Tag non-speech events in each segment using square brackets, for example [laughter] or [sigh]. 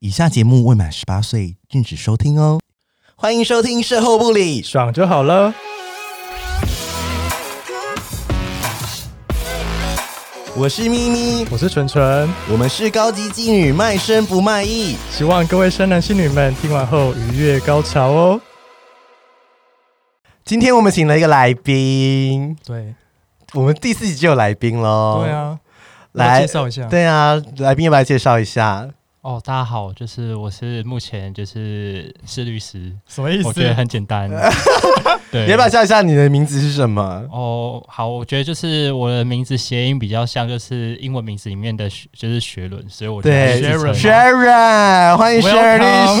以下节目未满十八岁禁止收听哦。欢迎收听《售后不理》，爽就好了。我是咪咪，我是纯纯，我们是高级妓女，卖身不卖艺。希望各位生男性女们听完后愉悦高潮哦。今天我们请了一个来宾，对，我们第四集就有来宾喽。对，啊，来来介绍一下。对啊，来宾要不要介绍一下？哦，大家好，就是我是目前就是是律师，什么意我觉得思？很简 [laughs] 单。对，你要不要介绍一下你的名字是什么？哦，好，我觉得就是我的名字谐音比较像，就是英文名字里面的学就是学伦，所以我觉得对是，Sharon 啊这样，Sharon，欢迎 Sharon 律 Welcome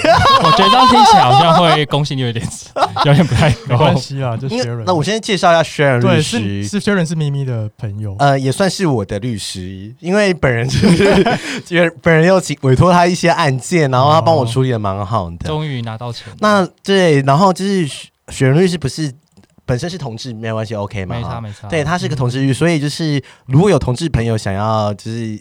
师。我觉得这样听起来好像会公信力有点 [laughs] 有点不太没关够。系啦，就因为 Sharon。那我先介绍一下 Sharon 律对师，是是 Sharon 是咪咪的朋友。呃，也算是我的律师，因为本人就是就是本人又请委托他一些案件，然后他帮哦我处理的蛮好的。哦终于拿到钱了，那对，然后就是雪雪人律师不是本身是同志，没有关系，OK 吗？没差哈没差。对他嗯是个同志律，所以就是如果有同志朋友想要就是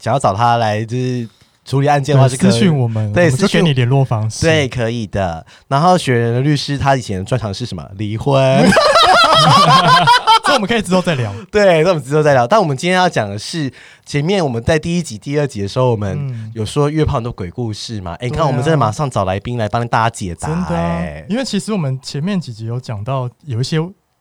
想要找他来就是处理案件的话，对是可私以讯我们，对我们就私讯给你联络方式。对，，可以的。然后雪人的律师他以前的专长是什么？离婚。 [laughs] [laughs] 这我们可以之后再聊。对，那我们之后再聊。但我们今天要讲的是，前面我们在第一集、第二集的时候，我们嗯，有说约炮很多鬼故事嘛？哎、你对啊看我们真的马上找来宾来帮大家解答、真的啊哎，因为其实我们前面几集有讲到有一些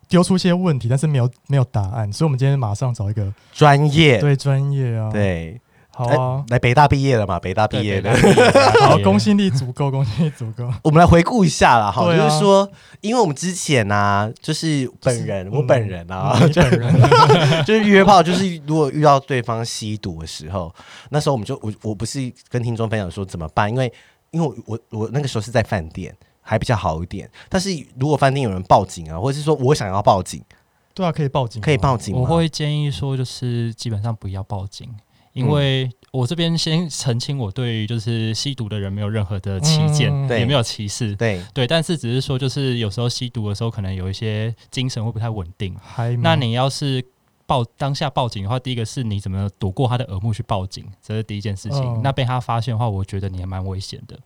丢出一些问题，但是没有没有答案，所以我们今天马上找一个专业对专业啊，，对，哎好啊。来北大毕业了嘛？北大毕对业的北，大毕业好，公信力足够，公信力足够。 [laughs] 我们来回顾一下啦，哈、对啊就是说，因为我们之前啊，就是本人，我本人啊，你本人 [laughs] 就是约炮，就是如果遇到对方吸毒的时候， [laughs] 那时候我们就我我不是跟听众分享说怎么办，因为因为我我我那个时候是在饭店，还比较好一点。但是如果饭店有人报警啊，或者是说我想要报警，对啊，可以报警吗，可以报警吗？嗯我会建议说，就是基本上不要报警，因为我这边先澄清，我对于就是吸毒的人没有任何的歧见，嗯对也没有歧视。对，对，但是只是说，就是有时候吸毒的时候，可能有一些精神会不太稳定。还蛮那你要是报当下报警的话，第一个是你怎么躲过他的耳目去报警，这是第一件事情。嗯那被他发现的话，我觉得你还蛮危险的。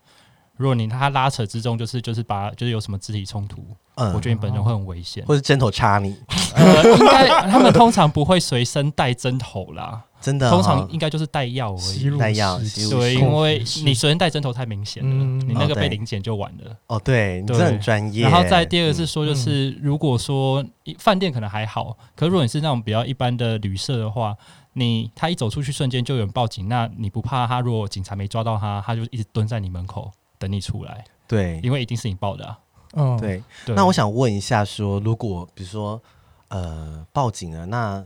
如果你他拉扯之中，就是就是把就是有什么肢体冲突，嗯，我觉得你本人会很危险。或是针头插你，呃，应该他们通常不会随身带针头 [laughs] 啦，真的、哦通常应该就是带药而吸已。入那样式吸入对，式因为你是随身带针头太明显了，嗯你那哦个被对临检就完了。哦，对，你对真的很专业。然后再第二个是嗯，说，就是如果说一饭店可能还好，可是如果你是那种比较一般的旅社的话，你他一走出去瞬间就有人报警，那你不怕他？如果警察没抓到他，他就一直蹲在你门口等你出来，对因为一定是你报的、啊。嗯，对。嗯对，那我想问一下说如果比如说呃报警了，那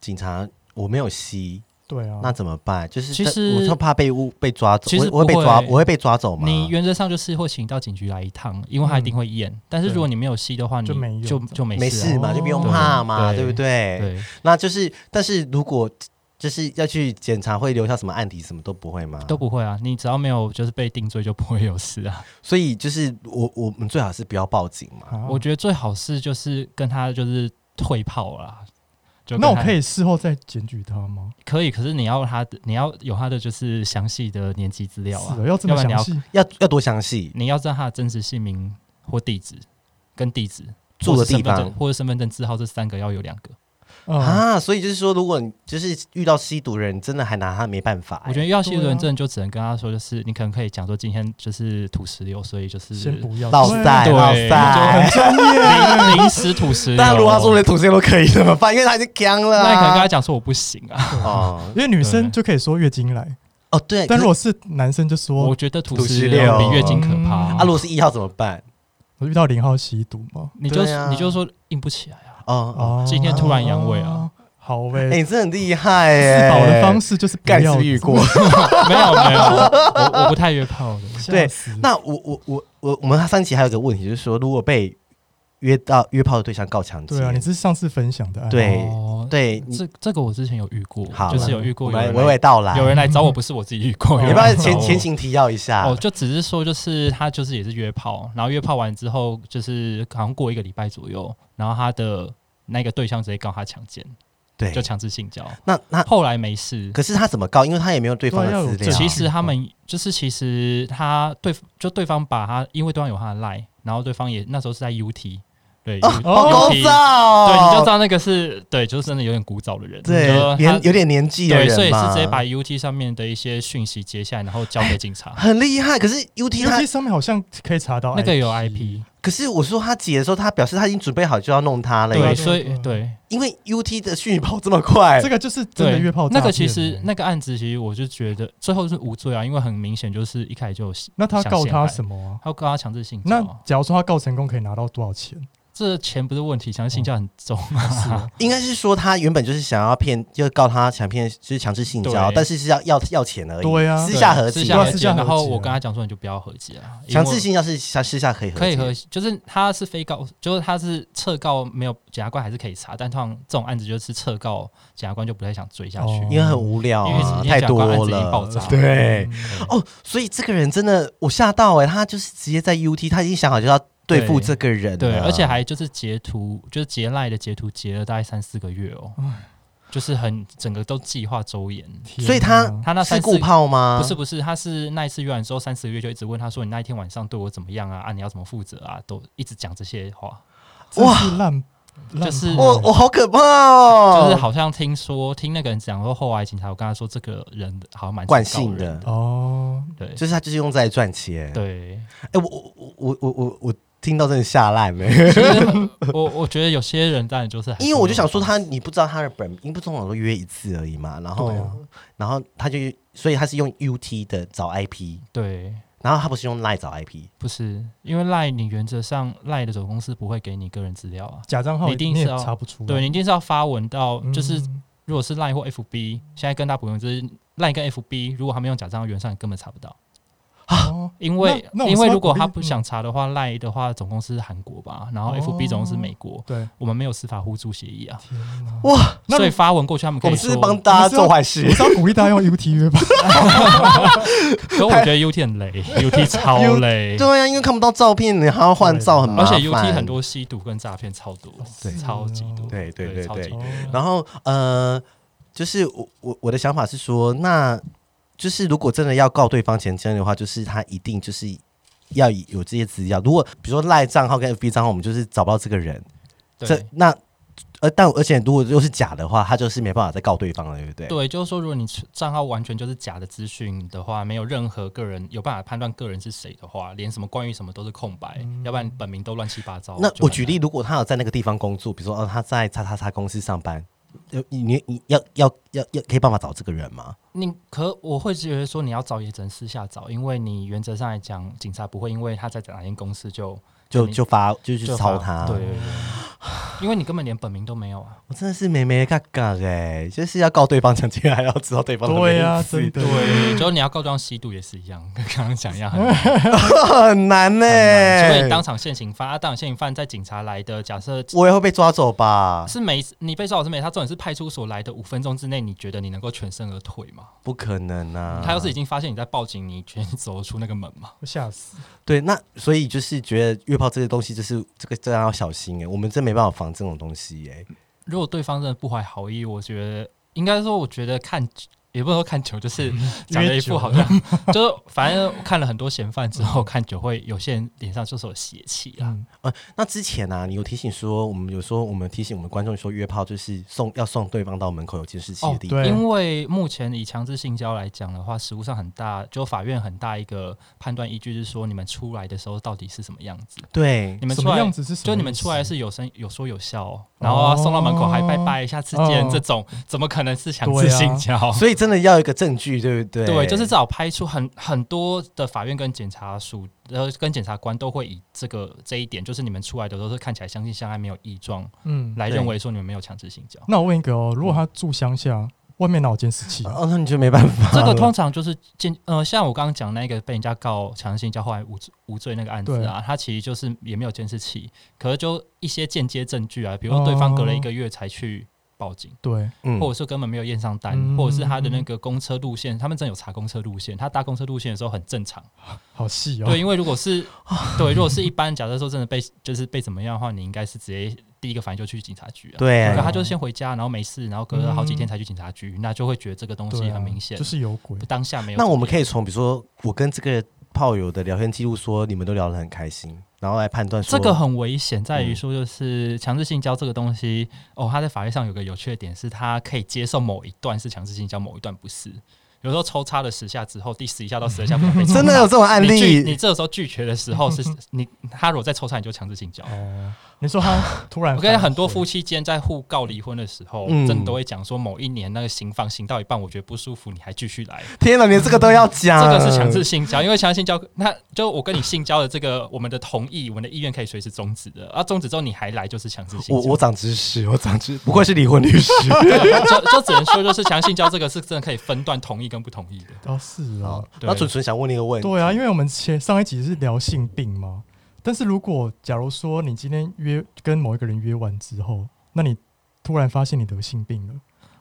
警察我没有吸，对啊，那怎么办？就是其这实我特怕被误被抓走，其我实我会被不会抓，我会被抓走吗？你原则上就是会请到警局来一趟，因为他一定会验。但是如果你没有吸的话，你就没有哎就就没没事事啊、嘛，哦就不用怕嘛，对对不对？对，那就是，但是如果就是要去检查，会留下什么案底，什么都不会吗？都不会啊。你只要没有就是被定罪，就不会有事啊。所以就是我我们最好是不要报警嘛。啊我觉得最好是就是跟他就是退炮啦。就那我跟他可以事后再检举他吗？可以，可是你要他的，你要有他的就是详细的年级资料啊是哦，要这么要不然详你要细，要要多详细，你要知道他的真实姓名或地址，跟地址住的地或者身份方证或者身份证字号这三个要有两个。嗯，啊，所以就是说，如果你就是遇到吸毒的人，真的还拿他没办法、欸我觉得得要写论证就只能跟他说，就是你可能可以讲说今天就是土石流，所以就是先不要老对啊塞对老就塞。 [laughs] 临临时土石流。啊 [laughs] 但如果他说连土星都可以怎么办？因为他已经僵了、那你可能跟啊。他讲说我不行啊。哦因为女生对就可以说月经来，哦，对。但可如是果是男生就我说，觉得土土石石流流比月经可怕嗯啊。啊，如果是一号怎么办？我遇到零号吸毒嘛，你就对啊你就说硬不起来啊。哦哦，哦，今天突然阳痿啊，好哎、喂，你真的很厉害欸耶、自保的方式就是不盖是要遇过。没有没有，我我不太约炮的。对吓死，那我我我我我们上期还有个问题，就是说如果被约到约炮的对象告强奸，对啊，你是上次分享的案，对哦对你这这个我之前有遇过好，就是来有遇我过有们人娓娓来道来，有人来找我，不是我自己遇过，你要有人不要来找前我前情提要一下？哦，就只是说，就是他就是也是约炮，然后约炮完之后，就是好像过一个礼拜左右，然后他的那个对象直接告他强奸，对就，强制性交。那那后来没事，可是他怎么告？因为他也没有对方对要的有资料啊。其实他们就是其实他对就对方把他，因为对方有他的 line，然后对方也那时候是在 UT，对哦， UT 好哦高照，对，你就知道那个是对，就是真的有点古早的人，你对就年他有点年纪的对，人嘛，所以是直接把 UT 上面的一些讯息截下来，然后交 [laughs] 给警察。很厉害。可是 UT 他 UT 上面好像可以查到那个有 IP， IP，可是我说他解的时候，他表示他已经准备好就要弄他了耶，对，对所以对对因为 UT 的讯跑这么快，这个就是真哎对的约炮诈那骗欸。个其实那个案子，其实我就觉得最后是无罪啊，因为很明显就是一开始就有那他告他什么？么啊？他要告他强制性那交，假如说他告成功，可以拿到多少钱？这钱不是问题，强制性交很重。是啊应该是说他原本就是想要骗，就是告他强骗，就是强制性交，对但是是要要要钱而已，对啊私下和私解。下对啊和私解。下和然后解我啊跟他讲说，你就不要和解啊，因为强制性要是下私下可以和解可以和，就是他是非告，就是他是撤告，没有检察官还是可以查，但通常这种案子就是撤告，检察官就不太想追下去。哦因为很无聊因为啊，因为太讲官案多子已经了，爆 [laughs] 炸了对。啊嗯哦，所以这个人真的我吓到哎、他就是直接在 UT，他已经想好就要对付这个人了对，而且还就是截图，就是截赖的截图，截了大概三四个月哦，就是很整个都计划周延。天所以他哪他那是三顾四炮吗？不是不是，他是那一次约完之后三四个月就一直问他说你那一天晚上对我怎么样啊？啊你要怎么负责啊？都一直讲这些话，哇啊真是烂，烂就是炮我我好可怕哦，嗯就是好像听说听那个人讲说，后来警察有跟他说这个人好像蛮惯自告性人的，哦，对就是他就是用在赚钱。对。 [laughs] 哎、我我我我我我听到真的吓烂了， [laughs] 其实我我觉得有些人当然就是还是因为我就想说他，你不知道他的本名，因为不通常都约一次而已嘛，然后、对啊然后他就所以他是用 UT 的找 IP，对，然后他不是用 Line 找 IP，不是因为赖你原则上赖的总公司不会给你个人资料啊，假账号你一定也是要查不出来，嗯对你一定是要发文到，嗯，就是如果是赖或 FB，现在跟大家不用，就是赖跟 FB，如果他们用假账号原上，你根本查不到。啊，因为那我因是为要如果鼓励他嗯不想查的话，赖的话总公司是韩国吧，然后哦 FB 总公司是美国，对，我们没有司法互助协议啊，天哪，哇，那所以发文过去他们我可以们是不说是，帮大家做坏我事。是要鼓励大家用 UT 约炮，可我觉得 UT 很雷 [laughs] ，UT 超 [laughs] U- 雷，对啊，因为看不到照片，你还要换照，很麻而烦。哦啊且 UT 很。多吸毒跟诈骗超多，对 [laughs] 超级多，对对对超级对多。然后呃，就是我我我的想法是说，那就是如果真的要告对方前征的话，就是他一定就是要有这些资料。如果比如说赖账号跟 FB 账号，我们就是找不到这个人，这对那呃，但而且如果又是假的话，他就是没办法再告对方了，对不对？对，就是说，如果你账号完全就是假的资讯的话，没有任何个人有办法判断个人是谁的话，连什么关于什么都是空白，要不然本名都乱七八糟。嗯那哦就我很举难例，，如果他有在那个地方工作，比如说哦，他在叉叉叉公司上班，呃你你你要要要要可以办法找这个人吗？你可我会觉得说你要找也只能私下找，因为你原则上来讲，警察不会因为他在哪间公司就就你就发就去就抄罚他，对对对，因为你根本连本名都没有啊。我真的是没没嘎嘎哎，就是要告对方抢劫，还要知道对方的对呀、啊，真的，对，就是你要告状吸毒也是一样，跟刚刚讲一样很难， [laughs] 很难欸呢、很难除非你当场现行犯，啊，当场现行犯在警察来的，假设我也会被抓走吧？是没你被抓我是没，他重点是派出所来的五分钟之内，你觉得你能够全身而退吗？不可能啊！他要是已经发现你在报警，你全走得出那个门吗？我吓死，对，那所以就是觉得约炮这些东西，就是这个真的要小心哎、我们真没办法防这种东西哎、如果对方真的不怀好意，我觉得应该说，我觉得看也不能说看久，就是讲了一约久副了好像 [laughs] 就是反正看了很多嫌犯之后，看久会有些人脸上就是有邪气啊。嗯，那之前啊，你有提醒说，我们有说我们提醒我们观众说，约炮就是送要送对方到门口有监视器的地方。对因为目前以强制性交来讲的话，实务上很大，就法院很大一个判断依据是说，你们出来的时候到底是什么样子？对你们什出么来样子是什么意思？就你们出来是有声有说有笑哦、然后送到门口还拜拜一下之见，哦这种怎么可能是强啊制性交？所以真的要有一个证据，对不对？对，就是至少拍出很很多的法院跟检察署，呃，跟检察官都会以这个这一点，就是你们出来的时候是看起来相亲相爱没有异状，嗯，来对认为说你们没有强制性交。那我问一个哦，如果他住乡下，外面哪有监视器啊？哦，那你就没办法了。这个通常就是见呃，像我刚刚讲那个被人家告强制性交后来无罪无罪那个案子啊，他其实就是也没有监视器，可是就一些间接证据啊，比如说对方隔了一个月才去报警。对，哦嗯或者是根本没有验上单，嗯或者是他的那个公车路线，他们真的有查公车路线，他搭公车路线的时候很正常。好细哦，对，因为如果是对，如果是一般，假设说真的被就是被怎么样的话，你应该是直接第一个反应就去警察局啊。嗯对可他就先回家，然后没事，然后隔了好几天才去警察局，那就会觉得这个东西对啊，很明显，就是有鬼。当下没有怎么样。那我们可以从比如说我跟这个炮友的聊天记录说，你们都聊得很开心，然后来判断说这个很危险，在于说就是强制性交这个东西，哦，它在法律上有个有趣的点是，它可以接受某一段是强制性交，某一段不是。有时候抽插了十下之后，第十一下到十二下不能被抽插 [laughs] 真的有这种案你拒你例，这个时候拒绝的时候 [laughs] 是你他如果再抽插你就强制性交。哦，你说他突然，我跟很多夫妻间在互告离婚的时候，嗯真的都会讲说某一年那个刑房刑到一半，我觉得不舒服，你还继续来，天哪，连这个都要讲，这个是强制性交，因为强制性交，那就我跟你性交的这个我们的同意，我们的意愿可以随时终止的，啊，终止之后你还来就是强制性我交。我长知识，我长知，不愧是离婚律师。 [laughs] 就就只能说，就是强性交这个是真的可以分段同意跟不同意的。哦是啊好，，那准纯想问你一个问题，对啊，因为我们前上一集是聊性病嘛，但是如果假如说你今天约跟某一个人约完之后，那你突然发现你得性病了，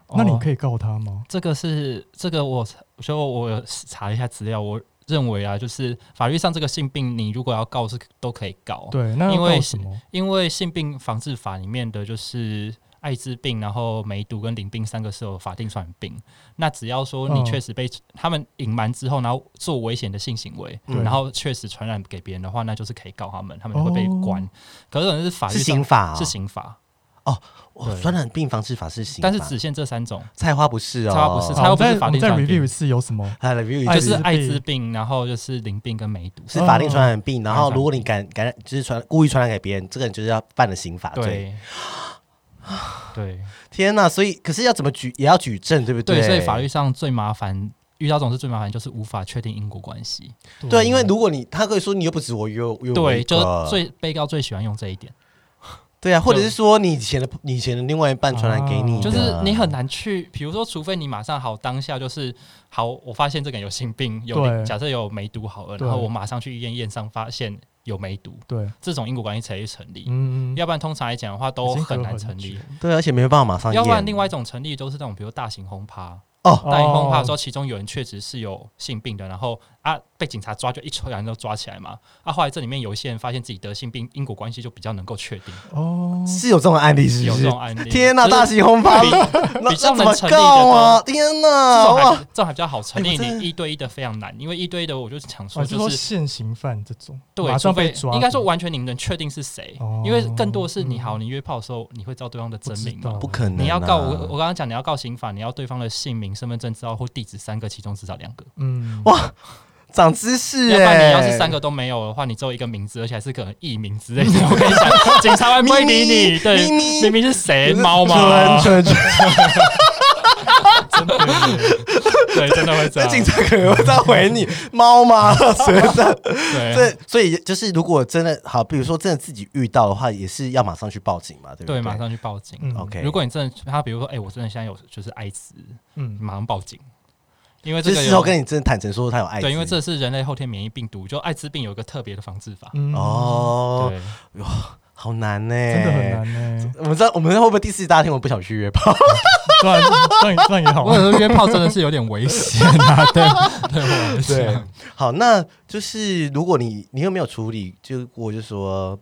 哦那你以。可以告他吗？哦这个是这个我所以我有查了一下资料，我认为啊，就是法律上这个性病，你如果要告是都可以告，，对，那要哦因告为是什么？因为性病防治法里面的就是。艾滋病，然后梅毒跟淋病三个是有法定传染病。那只要说你嗯确实被、他们隐瞒之后，然后做危险的性行为，对然后确实传染给别人的话，那就是可以告他们，他们会被关。哦可是可能是法律是上刑法哦，啊是刑法，哦，对传染病防治法是刑法，但是只限这三种。菜花不是哦，菜花不是 [laughs] 好才有我们再不是法我们定再传染病 review 一次有什么？来 review 一下艾就滋是病艾滋病，然后就是淋病跟梅毒。是法定传染哦病，然后如果你感感染就是传故意传染给别人，这个人就是要犯了刑法罪。对，啊对天哪，所以可是要怎么举也要举证，对不对，对，所以法律上最麻烦，遇到这种事最麻烦就是无法确定因果关系。对，啊因为如果你他可以说你又不止我约我约我一嗯对，个就最被告最喜欢用这一点，对啊，或者是说你以前的你以前的另外一半传染给你啊的，啊就是你很难去，比如说，除非你马上好当下就是好，我发现这个人有性病，有对假设有梅毒好了，对然后我马上去医院验伤，发现有梅毒，对，这种因果关系才会成立。嗯，要不然通常来讲的话都已经很隔难很成立久，对，啊而且没有办法马上验。要不然另外一种成立都是那种比如大型轰趴，哦，大荧光怕哦说，其中有人确实是有性病的，然后啊被警察抓，就一车人都抓起来嘛。啊，后来这里面有一些人发现自己得性病，因果关系就比较能够确定，哦，是有这种案例，是有不这是种？案例。天哪，就是大型轰趴，比那那比较怎能么成立的告啊？天这哪，种还哇！这种还比较好成哎立，我真的你一对一的非常难，因为一对一的我就想哦说就说就是。现行犯这种，对，马除上非被抓，应该说完全你能确定是谁，哦因为更多的是你好，嗯你约炮的时候你会知道对方的真名不知嘛道？不可能啊，你要告我，我刚刚讲你要告刑法，你要对方的姓名、身份证资料或地址三个，其中至少两个。嗯，哇长知识要不然你要是欸三个都没有的话，你只有一个名字，而且还是可能艺名之类的。我跟你讲，警察会不会理你？对，咪咪明明是谁？猫吗？纯纯纯，[laughs] 真的，对，啊真的会这这警样。察可能会再回你猫 [laughs] 吗？所以这对这所以就是，如果真的好，比如说真的自己遇到的话，也是要马上去报警嘛，对不对，对，马上去报警。嗯 OK 如果你真的，他比如说，哎，我真的现在有就是艾滋，嗯马上报警，因为就这个事后有跟你真的坦诚说他有艾滋，对，因为这是人类后天免疫病毒，就艾滋病有一个特别的防治法。[laughs] 嗯，哦，对，好难呢，真的很。难呢，我们知道，我们会不会第四大家听我不想去约炮？这样这样这样也好啊我，有时候约炮真的是有点危 [laughs] 险啊。对，对我来对讲，， [laughs] 好，那就是如果你你有没有处理，就我就说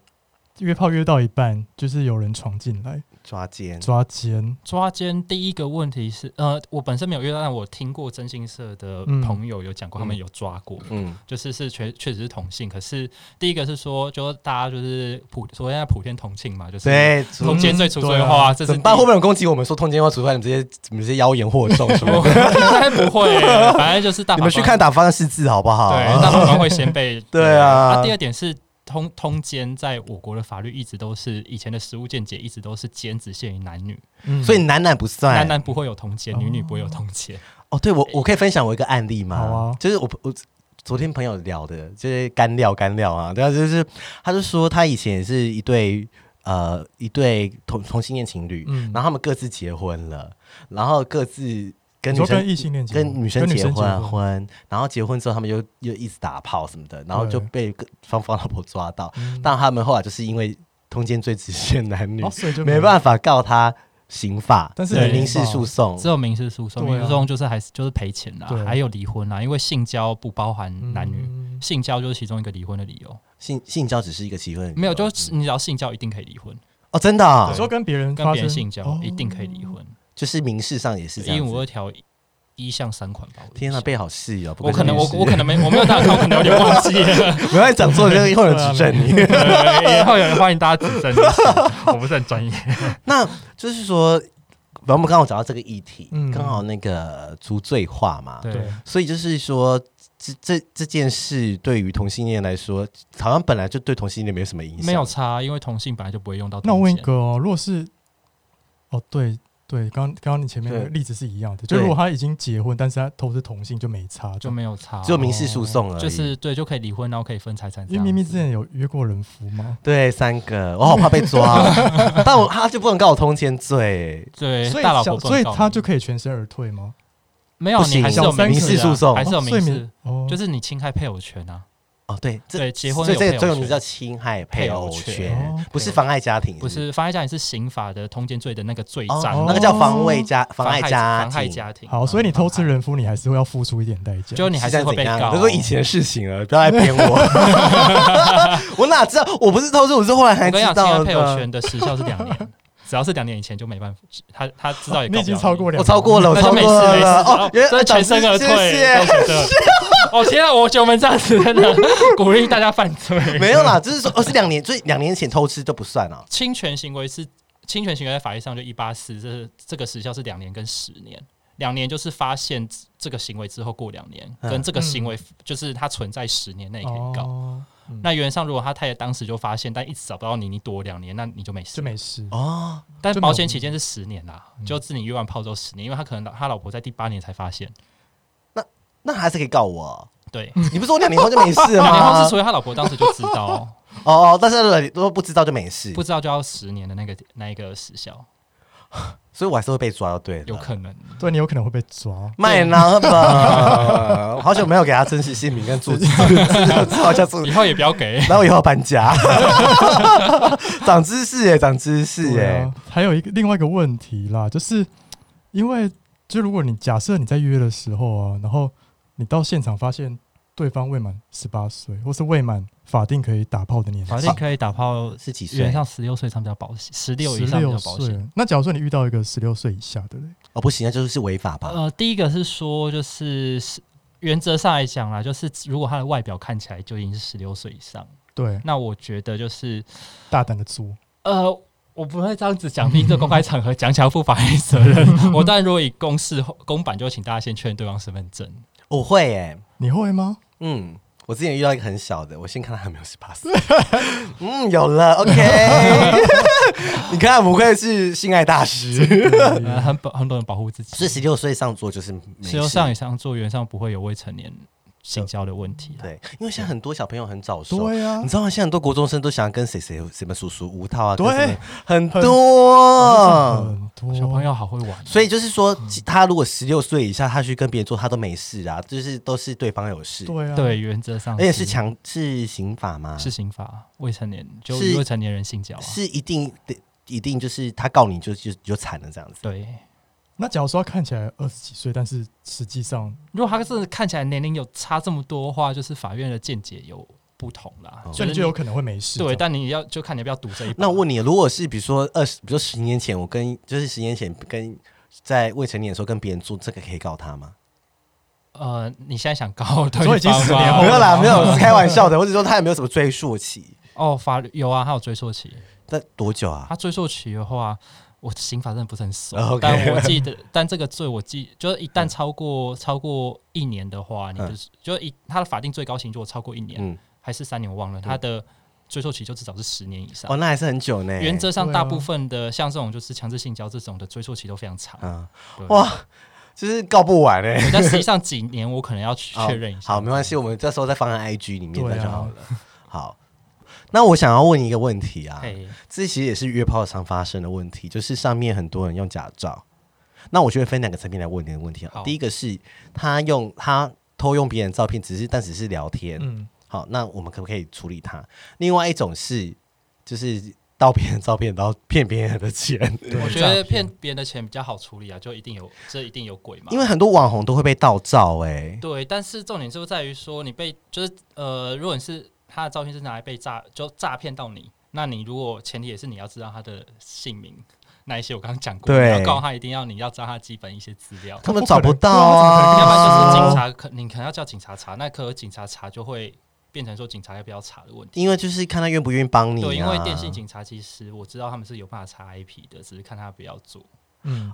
约炮约到一半，就是有人闯进来抓奸，抓奸，抓奸第一个问题是，呃，我本身没有遇到，但我听过征信社的朋友有讲嗯过，他们有抓过，嗯，就是是确确实是同性，可是第一个是说，就大家就是普所谓的普天同庆嘛，就是对，通奸罪除罪嗯化，这是怎么办？会第不会有人攻击我们说通奸话除外？你们这些你们这些妖言惑众什么不 [laughs] 的？会应该不会，反正就是大你法们去官看打方的释字好不好？对，大法官会先被啊对啊第二点是。通通奸在我国的法律一直都是以前的实务见解，一直都是奸只限于男女，[laughs] 嗯所以男男不算。男男不会有通奸，女女不会有哦通奸。哦，对我我可以分享我一个案例吗？好啊就是我我昨天朋友聊的，就是干料干料啊，对啊，就是他就说他以前也是一对呃一对同同性恋情侣，嗯然后他们各自结婚了，然后各自跟你女说跟生异性恋结婚跟女生结结婚啊婚，然后结婚之后他们又又一直打炮什么的，然后就被各双方老婆抓到，嗯但他们后来就是因为通奸罪只限男女，哦，所以就没办法告他刑法，但是哦对没民事法诉讼只有民事诉讼，对啊民事诉讼就是还是就是赔钱啦对，还有离婚啦，因为性交不包含男女，啊嗯性交就是其中一个离婚的理由。性性交只是一个其中的理由，没有，就是你只要性交一定可以离婚，嗯哦，真的啊你，说跟别人跟发别人生性交哦一定可以离婚，就是民事上也是这因为样五子。二条一项三款吧。我天哪哪，，背好细哦！不我愧可是能律我师我可能没我没有大看，我可能有点忘 [laughs] 记了。 [laughs] 没关系，讲错了，会有人指正你。对啊以后有人欢迎大家指正，就是我不是很专业。 [laughs] 那就是说，我们刚好讲到这个议题，嗯刚好那个族罪化嘛，对啊对所以就是说，这这这件事对于同性恋来说，好像本来就对同性恋没有什么影响，没有差，因为同性本来就不会用到那我同问一性。个哦，如果是哦，对对，刚刚刚你前面的对例子是一样的，就对如果他已经结婚，但是他投资同性就没差，就就没有差，哦只有民事诉讼而已。就是对，就可以离婚，然后可以分财产这因为样咪子。咪之前有约过人夫吗？对三个，我好怕被抓，啊 [laughs] 但我他就不能告我通奸罪，对所以大老小婆不能告所以你，他就可以全身而退吗？没有不你行还是有小民事民事啊诉讼还是有哦所民以事，哦，就是你侵害配偶权啊，哦，对，这对结婚所以有这配个偶专有名权叫侵害配偶配哦偶权权，不是妨碍家庭，不是妨碍家庭是刑法的通奸罪的那个罪哦章，那个叫防卫家妨妨碍家妨害庭。家庭。好，所以你偷吃人夫，你还是会要付出一点代价。就你还是会怎被样？告。都说以前的事情了，不要来骗我。 [laughs] 我哪知道？我不是偷吃，我是后来我才跟你知讲，侵道害配偶的。权的时效是两年，只要是两年以前就没办法，他他知道也 [laughs] 告不你了已经超过两，我超 [laughs] 过了，我那就超没过事没事，了。哦哦，，原来这全身而退，谢谢都觉得。 [laughs] 哦天啊，我觉得我们这样子真的鼓励大家犯罪。没有啦，就是说，哦，是两年，所以两年前偷吃都不算啊。侵权行为是侵权行为，在法律上就一八四，这是这个时效是两年跟十年。两年就是发现这个行为之后过两年，嗯跟这个行为就是它存在十年内可以告。哦，嗯那原则上，如果他太太当时就发现，但一直找不到你，你躲两年，那你就没事就。没事。哦，但就没有保险期间是十年啦，嗯就自你约完炮之后十年，因为他可能老他老婆在第八年才发现。那还是可以告 [laughs] 我。对，你不是说两年后就没事了两年后吗是？除非 [laughs] 他老婆当时就知道， [laughs] 哦哦，但是如果不知道就没事不，知道就要十年的那个那一个时效，所以我还是会被抓，对了。有可能。对你有可能会被抓。麦当吧， [laughs] 我好久没有给他真实姓名跟住 [laughs] 址，好像住以后也不要 [laughs] 给。然后以后搬家， [laughs] 长知识耶，长知识对耶啊。还有一个另外一个问题啦，就是因为就如果你假设你在约的时候啊，然后你到现场发现对方未满十八岁，或是未满法定可以打炮的年纪，法定可以打炮是几岁原？上十六岁他们比较保险，十六以十上比六较保险。岁。那假如说你遇到一个十六岁以下的嘞，哦，不行，那就是违法吧？呃，第一个是说，就是是原则上来讲啦，就是如果他的外表看起来就已经是十六岁以上，对，那我觉得就是大胆的做，呃，我不会这样子讲，毕竟这公开场合讲起来要负法律责 [laughs] 任。我当然如果以公示公版，就请大家先确认对方身份证。我会耶，你会吗？嗯。我之前遇到一个很小的，我先看他有没有十八岁。 [laughs] 嗯，有了，OK。你看，不愧是性爱大师， [laughs] 呃，很保很多人保护自己，所以十六岁上桌就是没十六事上以上做原上不会有未成年性交的问题啦。对，因为现在很多小朋友很早熟，对啊你，知道吗？现在很多国中生都想要跟谁谁什么叔叔吴涛啊，跟对什么，很很多。很多小朋友好会玩哦，所以就是说，他如果十六岁以下，他去跟别人做，他都没事啊，就是都是对方有事，对啊，对原则上而且是强是刑法吗？是刑法，未成年就是未成年人性交啊。是一定得一定就是他告你就就就惨了这样子。对，那假如说他看起来二十几岁，但是实际上如果他真的看起来年龄有差这么多的话，就是法院的见解有不同啦。哦所以你就有可能会没事。对，但你要就看你要不要赌这一把。那我问你，如果是比如说二十，比如说十年前，我跟就是十年前跟在未成年的时候跟别人做，这个可以告他吗？呃，你现在想告对所以已经方 [laughs] 十吗年哦后没有啦，没有，我是开玩笑的。我只是说他有没有什么追溯期？哦，法律有啊，他有追溯期。那多久啊？他追溯期的话，我刑法真的不是很熟，哦 OK 嗯但我记得， [laughs] 但这个罪我记，就是一旦超过、超过一年的话，你就是、就一他的法定最高刑，如果超过一年、嗯，还是三年，我忘了，他的追溯期就至少是十年以上。哦，那还是很久呢。原则上，对啊大部分的像这种就是强制性交这种的追溯期都非常长，啊，对哇，就是告不完哎。但实际上几年我可能要去 [laughs] 确认一下。 [laughs] 好，没关系，我们这时候再放在 IG 里面对啊那就好了。好，那我想要问一个问题啊，嘿。这其实也是约炮常发生的问题，就是上面很多人用假照。那我就会分两个层面来问你的问题啊好。第一个是他用他偷用别人的照片，只是但只是聊天。嗯，好，那我们可不可以处理他？另外一种是就是盗别人的照片，然后骗别人的钱， [laughs] 对我觉得骗别人的钱比较好处理啊，就一定有这一定有鬼嘛。因为很多网红都会被盗照哎、对，但是重点就在于说，你被就是呃，如果你是他的照片是拿来被诈，就诈骗到你，那你如果前提也是你要知道他的姓名，那一些我刚刚讲过，对你要告诉他一定要你要知道他基本一些资料，他他们不找可能到对啊要不啊然，就是察，警察可你可能要叫警察查，那可能警察查就会变成说警察要不要查的问 [laughs] 题。因为就是看他愿不愿意帮你、啊。对，因为电信警察其实我知道他们是有办法查 IP 的，只是看他不要做。嗯，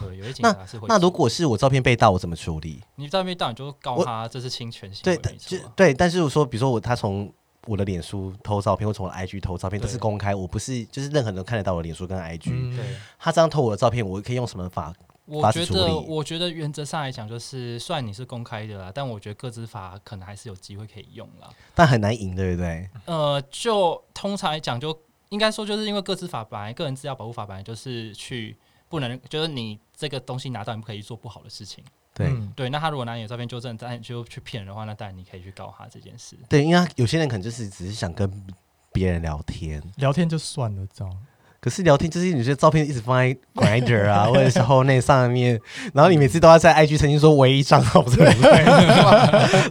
对，有些警察是会做。那如果是我照片被盗，我怎么处理？你在那边当然就告他这是侵权行对，为，但没错就啊。对，但是我说，比如说我他从我的脸书偷照片，或从我的 IG 偷照片，这对是公开，我不是就是任何人都看得到我的脸书跟 IG、嗯对，他这样偷我的照片，我可以用什么法？我法治觉处得，理我觉得原则上来讲，就是虽然你是公开的啦，但我觉得个资法可能还是有机会可以用 [laughs] 啦。但很难赢，对不对？呃，就通常来讲，就应该说，就是因为个资法本来个人资料保护法本来就是去不能，就是你这个东西拿到，你不可以做不好的事情。对、嗯对，那他如果拿你的照片纠正，但就去骗人的话，那当然你可以去告他这件 [laughs] 事。对，因为他有些人可能就是只是想跟别人聊天，聊天就算了，这样可是聊天就是你觉得照片一直放在 Grinder [laughs] 啊，或者是后内上面，然后你每次都要在 IG 曾经说唯一账号 [laughs] 不是对，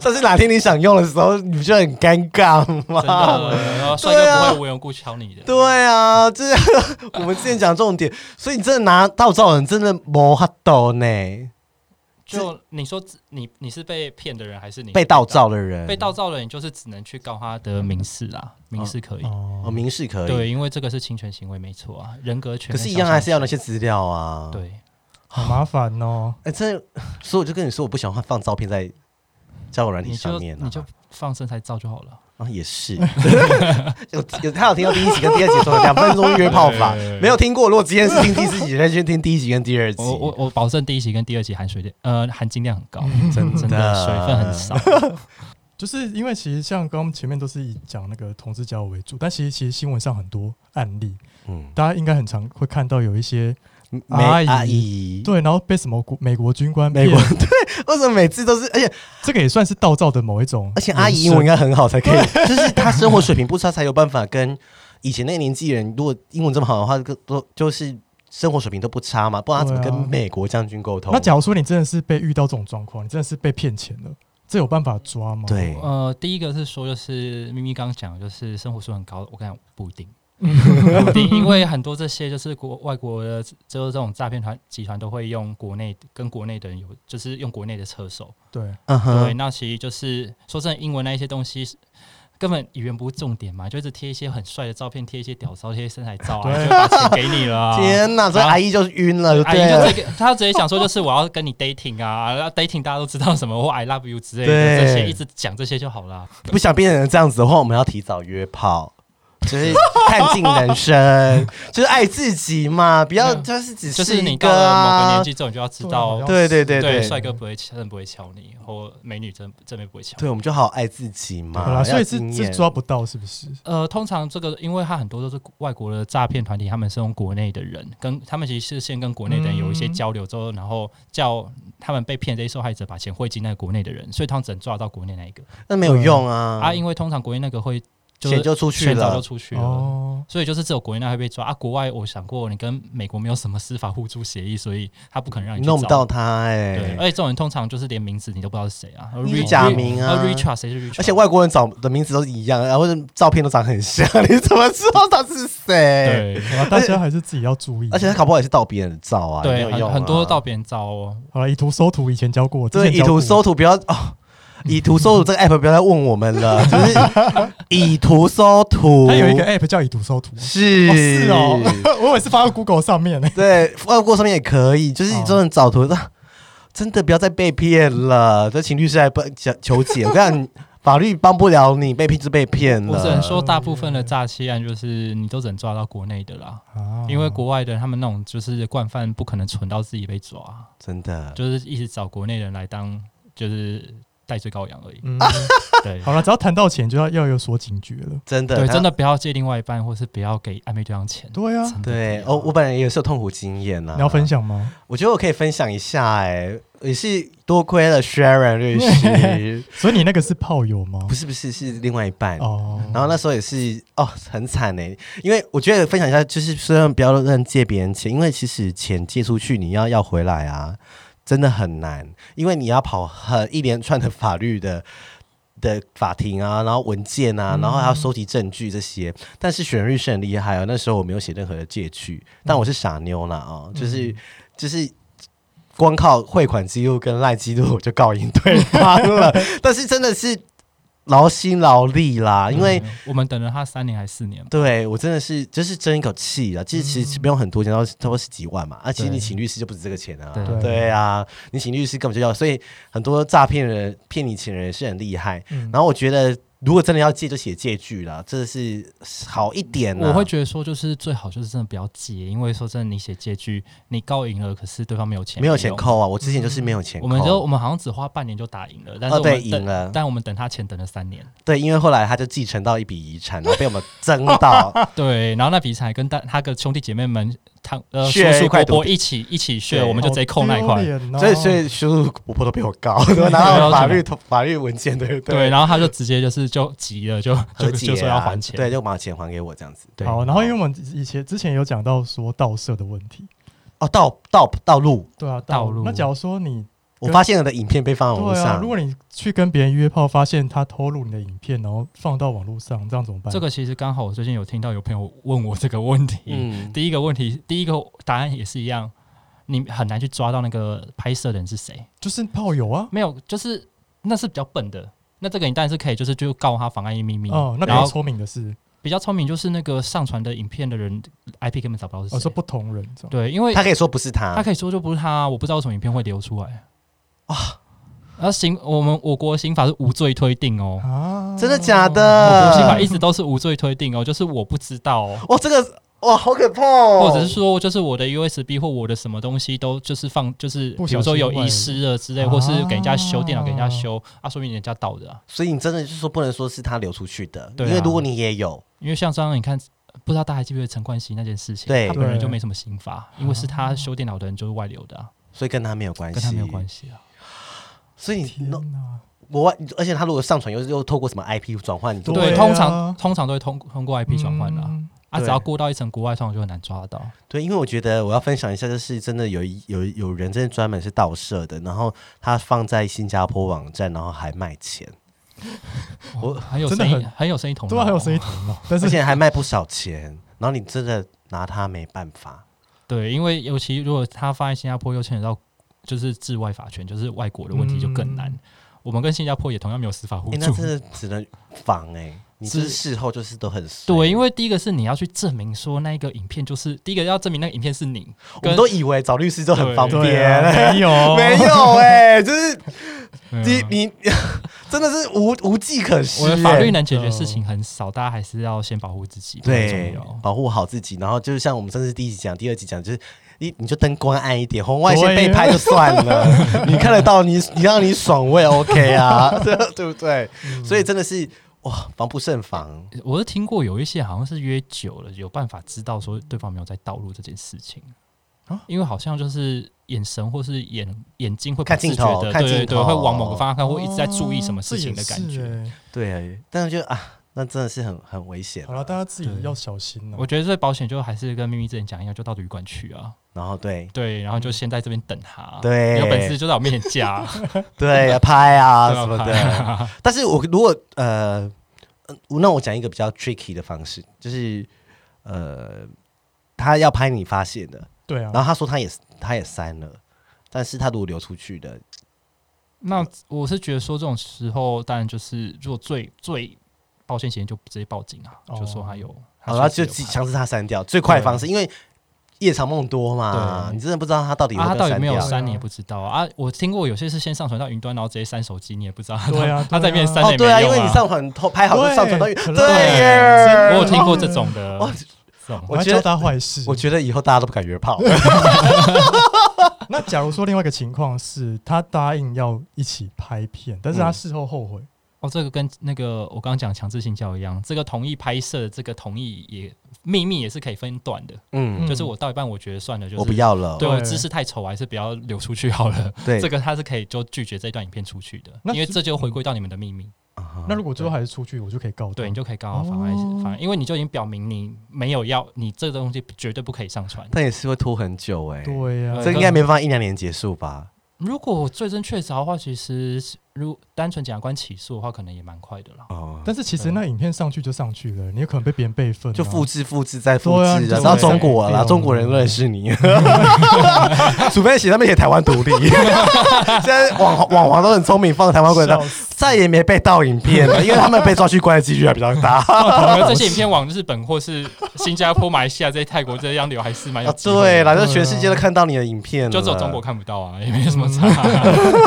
但是哪天你想用的时候，你不就很尴尬吗？ [laughs] 真的，然后帅对啊哥不会无缘无故敲你的。对啊，这 [laughs] 我们之前讲重点，所以你真的拿到照人真的没法抖呢，就你说自你你是被骗的人，还是你被盗照的人，被盗照的人，就是只能去告他的民事啦，民事可以。哦，哦，民事可以，对，因为这个是侵权行为，没错啊，人格权。可是一样还是要那些资料啊。，对，好麻烦哦。哎，这所以我就跟你说，我不喜欢放照片在交友软体你上就面你啊就。放身材照就好了。啊，也是， [laughs] 有有他有听到第一集跟第二集说的两分钟约炮法，没有听过。如果今天是听第四集，那就听第一集跟第二集。我我我保证第一集跟第二集含水量呃含金量很高，真真的水分很少。就是因为其实像刚刚前面都是以讲那个同志交友为主，但其实其实新闻上很多案例，嗯，大家应该很常会看到有一些嗯美阿姨阿姨，对，然后被什么国美国军官美骗国对，为什么每次都是？而且 [laughs] 这个也算是盗照的某一种延 [laughs] 伸，而且阿姨英文应该很好才可以，就是她生活水平不差才有办法跟以前那个年纪人，如果英文这么好的话，都都就是生活水平都不差嘛，不然她怎么对啊跟美国将军沟通？那假如说你真的是被遇到这种状况，你真的是被骗钱了，这有办法抓吗？对，呃，第一个是说，就是咪咪刚刚讲的，就是生活素很高，我跟你讲不一定，不一定，因为很多这些就是国外国的，就是这种诈骗团集团都会用国内跟国内的人有，就是用国内的车手，对，嗯对，哼，那其实就是说真的，英文那一些东西是根本语言不是重点嘛，就一直贴一些很帅的照片，贴一些屌照，贴一些身材照啊，对就把钱给你了、啊。 [laughs] 天哪，这然后阿姨就是晕了，阿对啊姨了就这个，她直接讲说，就是我要跟你 dating 啊 [laughs] 然后，dating 大家都知道什么或 I love you 之类的，对这些一直讲这些就好了。啊不想变成这样子的话，我们要提早约炮，就是看尽人 [laughs] 生，就是爱自己嘛，不要嗯就是只就是一你个到了某个啊年。纪之后，你就要知道，对对对对，对帅哥不会真的不会敲你，或美女真这边不会敲。对，我们就好好爱自己嘛。好啦，所以是要经是验抓不到，是不是？呃，通常这个，因为他很多都是外国的诈骗团体，他们是用国内的人，跟他们其实是先跟国内的人有一些嗯交流之后，然后叫他们被骗这些受害者把钱汇进那个国内的人，所以他们只能抓到国内那一个、那没有用啊，啊，因为通常国内那个会就钱是就出去全早就了。出去了。哦，所以就是只有国内那会被抓啊，国外我想过，你跟美国没有什么司法互助协议，所以他不可能让你去嗯弄不找到他哎、对，而且这种人通常就是连名字你都不知道是谁啊，你是 Rich- 假名啊 r i c h a r d 谁是 Richard？而且外国人找的名字都是一样，然后照片都长很像， [laughs] 你怎么知道他是谁？对好啦大家还是自己要注意。而且他搞不好也是盗别人的照啊，也对，没有用、很啊、很多到别人招哦，好了，以图搜图，以前教过，之对前以教图过搜图不要哦，以图搜图这个 app 不要再问我们了， [laughs] 就是以图搜图，它有一个 app 叫以图搜图，哦是、哦是哦， [laughs] 我以为是发到 Google 上面呢。对，外国上面也可以，就是你真的找图，啊真的不要再被骗了。这请律师来帮求求解，我跟你 [laughs] 讲，法律帮不了你，被骗就被骗我只能嗯了。说，大部分的诈欺案就是你都只能抓到国内的啦，啊 [laughs] 哦因为国外的他们那种就是惯犯，不可能存到自己被抓，真的，就是一直找国内人来当就是代罪羔羊而已。嗯， [laughs] 对，好了，只要谈到钱，就要要有所警觉了。真的，对，他真的不要借另外一半，或是不要给暧昧对象钱。对啊，真的不要对哦，我本人也是有痛苦经验呐、啊。你要分？享吗？我觉得我可以分享一下、哎，也是多亏了 Sharon 律 [laughs] 师，所以你那个是炮友吗？不是不是是另外一半。哦，然后那时候也是哦，很惨哎，因为我觉得分享一下，就是虽然不要乱借别人钱，因为其实钱借出去，你要要回来啊，真的很难，因为你要跑很一连串的法律的的法庭啊，然后文件啊，然后还要收集证据这些。但是选律师很厉害哦，那时候我没有写任何的借据，但我是傻妞啦哦，就是就是。光靠汇款记录跟赖记录，我就告赢对方了。但是真的是劳心劳力啦，因为嗯我们等了他三年还四年吧，对我真的是就是争一口气啊！其实其实不用很多钱，到差不多十几万嘛。啊，其实嗯对你请律师就不止这个钱啊。对对对啊，你请律师根本就要，所以很多诈骗人骗你钱人也是很厉害。嗯然后我觉得，如果真的要借，就写借据啦，这是好一点啦。我会觉得说，就是最好就是真的不要借，因为说真的，你写借据，你告赢了，可是对方没有钱，没有钱用。扣啊，我之前就是没有钱扣。我们就我们好像只花半年就打赢了，但是哦，我对，们等，赢了。但我们等他钱等了三年，对，因为后来他就继承到一笔遗产，然后被我们争 [laughs] 到。对，然后那笔才跟大他的兄弟姐妹们，他呃叔血一叔块伯土伯地一起一起对血，我们就哦直接扣那一块，所所以，所以叔叔婆婆都被我告， [laughs] 然后法律法律文件，对不对，然后他就直接就是就急了，就 [laughs] 和就解、啊、就说要还钱，对，就把钱还给我这样子。对，好，然后因为我们以前之前有讲到说盗摄的问题，哦，道道道路，对啊，道路那假如说你我发现了的影片被放在网络对啊，上，如果你去跟别人约炮，发现他偷录你的影片，然后放到网络上，这样怎么办？这个其实刚好我最近有听到有朋友问我这个问题，嗯，第一个问题，第一个答案也是一样，你很难去抓到那个拍摄的人是谁。就是炮友啊，没有，就是那是比较笨的。那这个你当然是可以，就是就告他妨碍秘密。哦，那比然较后聪明的是，比较聪明就是那个上传的影片的人 IP 根本找不到是谁。哦，说不同人，这样对，因为他可以说不是他啊他，可以说就不是他，啊我不知道为什么影片会流出来啊。哦然后刑我们我国刑法是无罪推定哦，啊，真的假我国刑的法一？直都是无罪推定哦，就是我不知道哦。哇，这个哇，好可怕哦！或者是说，就是我的 USB 或我的什么东西都就是放，就是不比小如说心有外遗流失了之类，或是给人家修电脑给人家啊修啊，说明人家盗的啊。所以你真的就是说不能说是他流出去的，对啊因为如果你也有，因为像刚刚你看，不知道大家还记不记得陈冠希那件事情，对他本人对就没什么刑罚，因为是他修电脑的人就是外流的啊、所以跟他没有关系，跟他没有关系。系啊。所以你天弄哪，国外，而且他如果上传又又透过什么 IP 转换，你就对啊对，通常通常都会通通过 IP 转换的啊，嗯啊只对要过到一层国外，通常就很难抓得到。对，因为我觉得我要分享一下，就是真的有一有有人真的专门是盗摄的，然后他放在新加坡网站，然后还卖钱，我我很有真的生意，很很有生意头脑，哦对啊，还有声音头脑，[laughs] 但而是且还卖不少钱，然后你真的拿他没办法。对，因为尤其如果他放在新加坡，又牵扯到就是治外法权，就是外国的问题就更难。嗯我们跟新加坡也同样没有司法互哎、那助。真的只能防哎、你就是是事后就是都很衰对，因为第一个是你要去证明说那一个影片就是第一个要证明那个影片是你，我们都以为找律师都很方便，对哎啊，没有 [laughs] 没有哎、 [laughs] 就是跟你你 [laughs] 真的是无无计可施、嗯啊我欸。的法律能解决事情很少，大家还是要先保护自己，比对较重要，保护好自己，然后就是像我们上次第一集讲、第二集讲，就是你你就灯光暗一点，红外线被拍就算了， [laughs] 你看得到你你让你爽我也 OK 啊， [laughs] 对对不对？嗯所以真的是哇，防不胜防。我是听过有一些好像是约久了，有办法知道说对方没有在道路这件事情啊因为好像就是眼神或是眼眼睛会不看自镜觉头的，看对对镜对，会头往某个方向看，会一直在哦注意什么事情的感。这欸也觉。是对，但是就啊，那真的是很很危险哎。好了，大家自己对要小心哦我。觉得最保险就还是跟咪咪之前讲一样，就到旅馆去啊，然后对对，然后就先在这边等他，嗯对你有本事就在我面前架， [laughs] 对，拍啊对什么吧的。但是我如果呃，呃那我讲一个比较 tricky 的方式，就是呃，他要拍你发现的，对啊然，后他说他也他也删了，但是他如果流出去的，那我是觉得说这种时候，当然就是如果最最保险起见就直接报警啊，哦就说他有，好，哦说然后自就己自有己拍强制他删掉，最快的方式，因为夜长梦多嘛，对你真的不知道他到底有啊，没他到底有删没有掉。删你也不知道啊。啊我听过有些是先上传到云端，然后直接删手机，你也不知道。对啊，他在面面删哦，对啊，也因为没用啊你上传偷拍好就对上传到很对啊乱耶，啊我有听过这种的哇，这种我我要觉得教他坏事。 [laughs] 我觉得以后大家都不敢约炮了。那假如说另外一个情况是，他答应要一起拍片，但是他嗯事后后悔，哦，这个跟那个我刚刚讲强制性交一样，这个同意拍摄，这个同意也秘密也是可以分段的，嗯嗯，就是我到一半我觉得算了，就是我不。要了。对对我姿势太丑，我还是不要流出去好了。对这，个他是可以就拒绝这段影片出去的，那因为是这就回归到你们的秘密。啊那如果最后还是出去，我就可以告他对，你就可以告他妨碍哦妨碍，因为你就已经表明你没有要，你这个东西绝对不可以上传。但也是会拖很久哎，对呀、啊对这应该没办法一两年结束吧？如果我最终确凿的话，其实如单纯检察官起诉的话，可能也蛮快的 [laughs] 啦。哦，但是其嗯实那影片上去就上去了，你有可能被别人备份啊、就复制、复制再复对啊制，你然就后到会中国被了，用中国人认识 [laughs] 你，除非写他们写台湾独立。现在网红网黄都很聪明，放台湾国笑的，死再也没被盗影片 [laughs] 了，因为他们被抓去关的几率还比较大。反哦而这些影片往日本或是新加坡、马来西亚这些泰国这样流，还是哎蛮有啊机会对的。啦，就全世界都看到你的影片了，就只有中国看不到啊，也没什么差、啊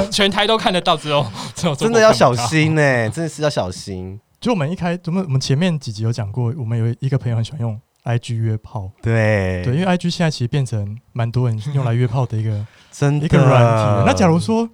[laughs] 全台都看得到，只有只有中国真的要看不到小。心呢，真的是要小心。就我们一开，我们我们前面几集有讲过，我们有一个朋友很喜欢用 IG 约炮，对对，因为 IG 现在其实变成蛮多人用来约炮的一个真的 [laughs] 一个软啊体。那假如说，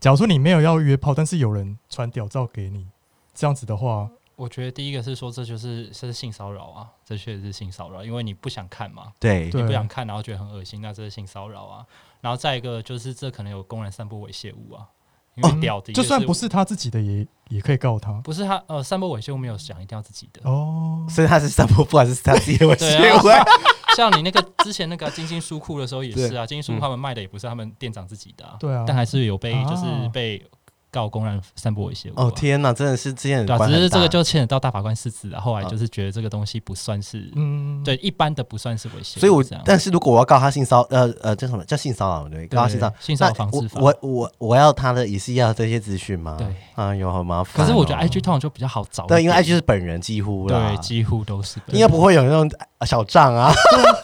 假如说你没有要约炮，但是有人传屌照给你，这样子的话，我觉得第一个是说，这就是这是性骚扰啊，这确实是性骚扰，因为你不想看嘛，对对你不想看，然后觉得很恶心，那这是性骚扰啊。然后再一个就是，这可能有公然散播猥亵物啊，因哦为屌的、哦就算不是他自己的也，也可以告他。不是他呃散播猥亵物没有讲一定要自己的，哦，所以他是 [laughs] 散播，不管是他自己的猥对亵啊物啊，像你那个之前那个啊金星书库的时候也是啊，金星书库嗯他们卖的也不是他们店长自己的、啊，对啊，但还是有被啊就是被告公然散播猥亵物、啊。哦天哪，真的是之前对、的啊，关只很是这个大就牵扯到大法官释字啊，后来就是觉得这个东西不算是，嗯，对一般的不算是猥亵物，所以我这样，但是如果我要告他性骚，呃呃，叫什么叫性骚扰？对，对告他性骚扰，性骚扰防治我法我我我要他的也是要这些资讯吗？对，啊，有好麻烦哦。可是我觉得 IG 通常就比较好找一点，对，因为 IG 是本人几乎啦对，几乎都是应该不会有那种呃小账啊，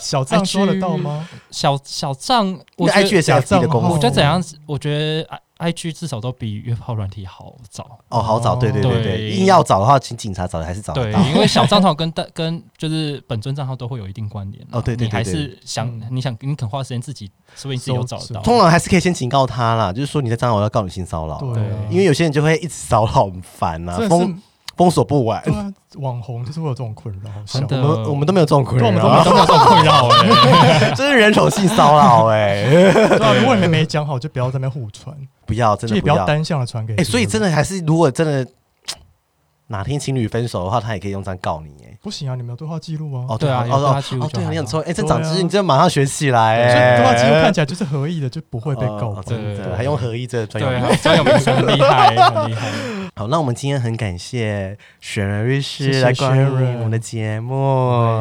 小账说得到吗？小小账，因我为觉 IG 也得是有自己的公小司我账觉得哦怎样，我觉得 I IG 至少都比约炮软体好找，哦，好找，对对对对，对硬要找的话，请警察找还是找得对到，，因为小账号跟大跟就是本尊账号都会有一定关联啊哦对对对你还对是想嗯你想你肯花时间自己，说不定自己有搜找得索到，通常还是可以先警告他啦，就是说你在账号要告你性骚扰，对啊，对因为有些人就会一直骚扰，很烦啊，真的封是封锁不完对，啊，网红就是会有这种困扰，好笑真我的们我们都没有这种困对我们扰都没有啊，都没有这种困扰哎、 [laughs] 这是人丑性骚扰哎，对啊，如果你们没讲好，就不要在那边互传，不要真就的也不不要要。单向的传给哎、别人。所以真的还是，如果真的哪天情侣分手的话，他也可以用这样告你哎、不行啊，你们有对话记录啊。哦，对啊哦有对话哦记录哦，就对，好你很了聪明，哎、这对长知识，啊你真的马上学起来所以哎、对啊话记录看起来就是合意的，就不会被告哦吧。真对的，还用合一这个专对用啊名，词。专有名词很厉害，很厉 [laughs] 害。好，那我们今天很感谢雪人律师谢谢来光临 Sharon 我们的节目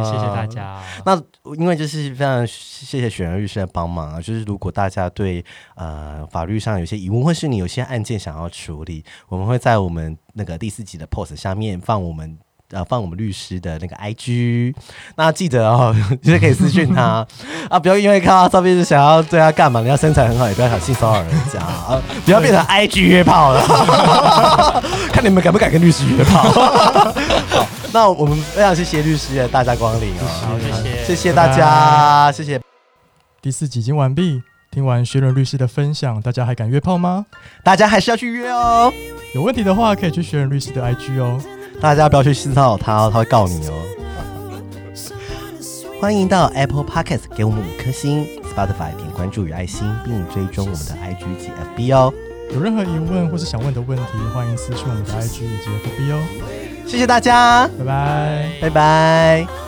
对，谢谢大。家。那因为就是非常谢谢雪人律师的帮忙啊，就是如果大家对呃法律上有些疑问，或是你有些案件想要处理，我们会在我们那个第四集的 post 下面放我们。呃，放我们律师的那 [laughs] 个 IG，那记得哦，就是可以私讯他啊，不要因为看到照片就想要对他干嘛，人家身材很好，也不要想性骚扰人家啊，不要变 [laughs] 成 IG 约炮了，看你们敢不敢跟律师约炮。 [laughs] 好，那我们非常谢谢律师的大家光临哦，好，谢谢，谢谢大家，谢谢第四集已经完毕，听完薛伦律师的分享，大家还敢约炮吗？大家，还是要去约哦，有问题的话可以去薛伦律师的 IG 哦。大家不要去性骚扰他哦，他会告你哦。欢迎到 Apple Podcast 给我们五颗星，Spotify 点关注与爱心，并追踪我们的 IG 及 FB 哦。有任何疑问或是想问的问题，欢迎私讯我们的 IG 以及 FB 哦。谢谢大家，拜拜。拜拜。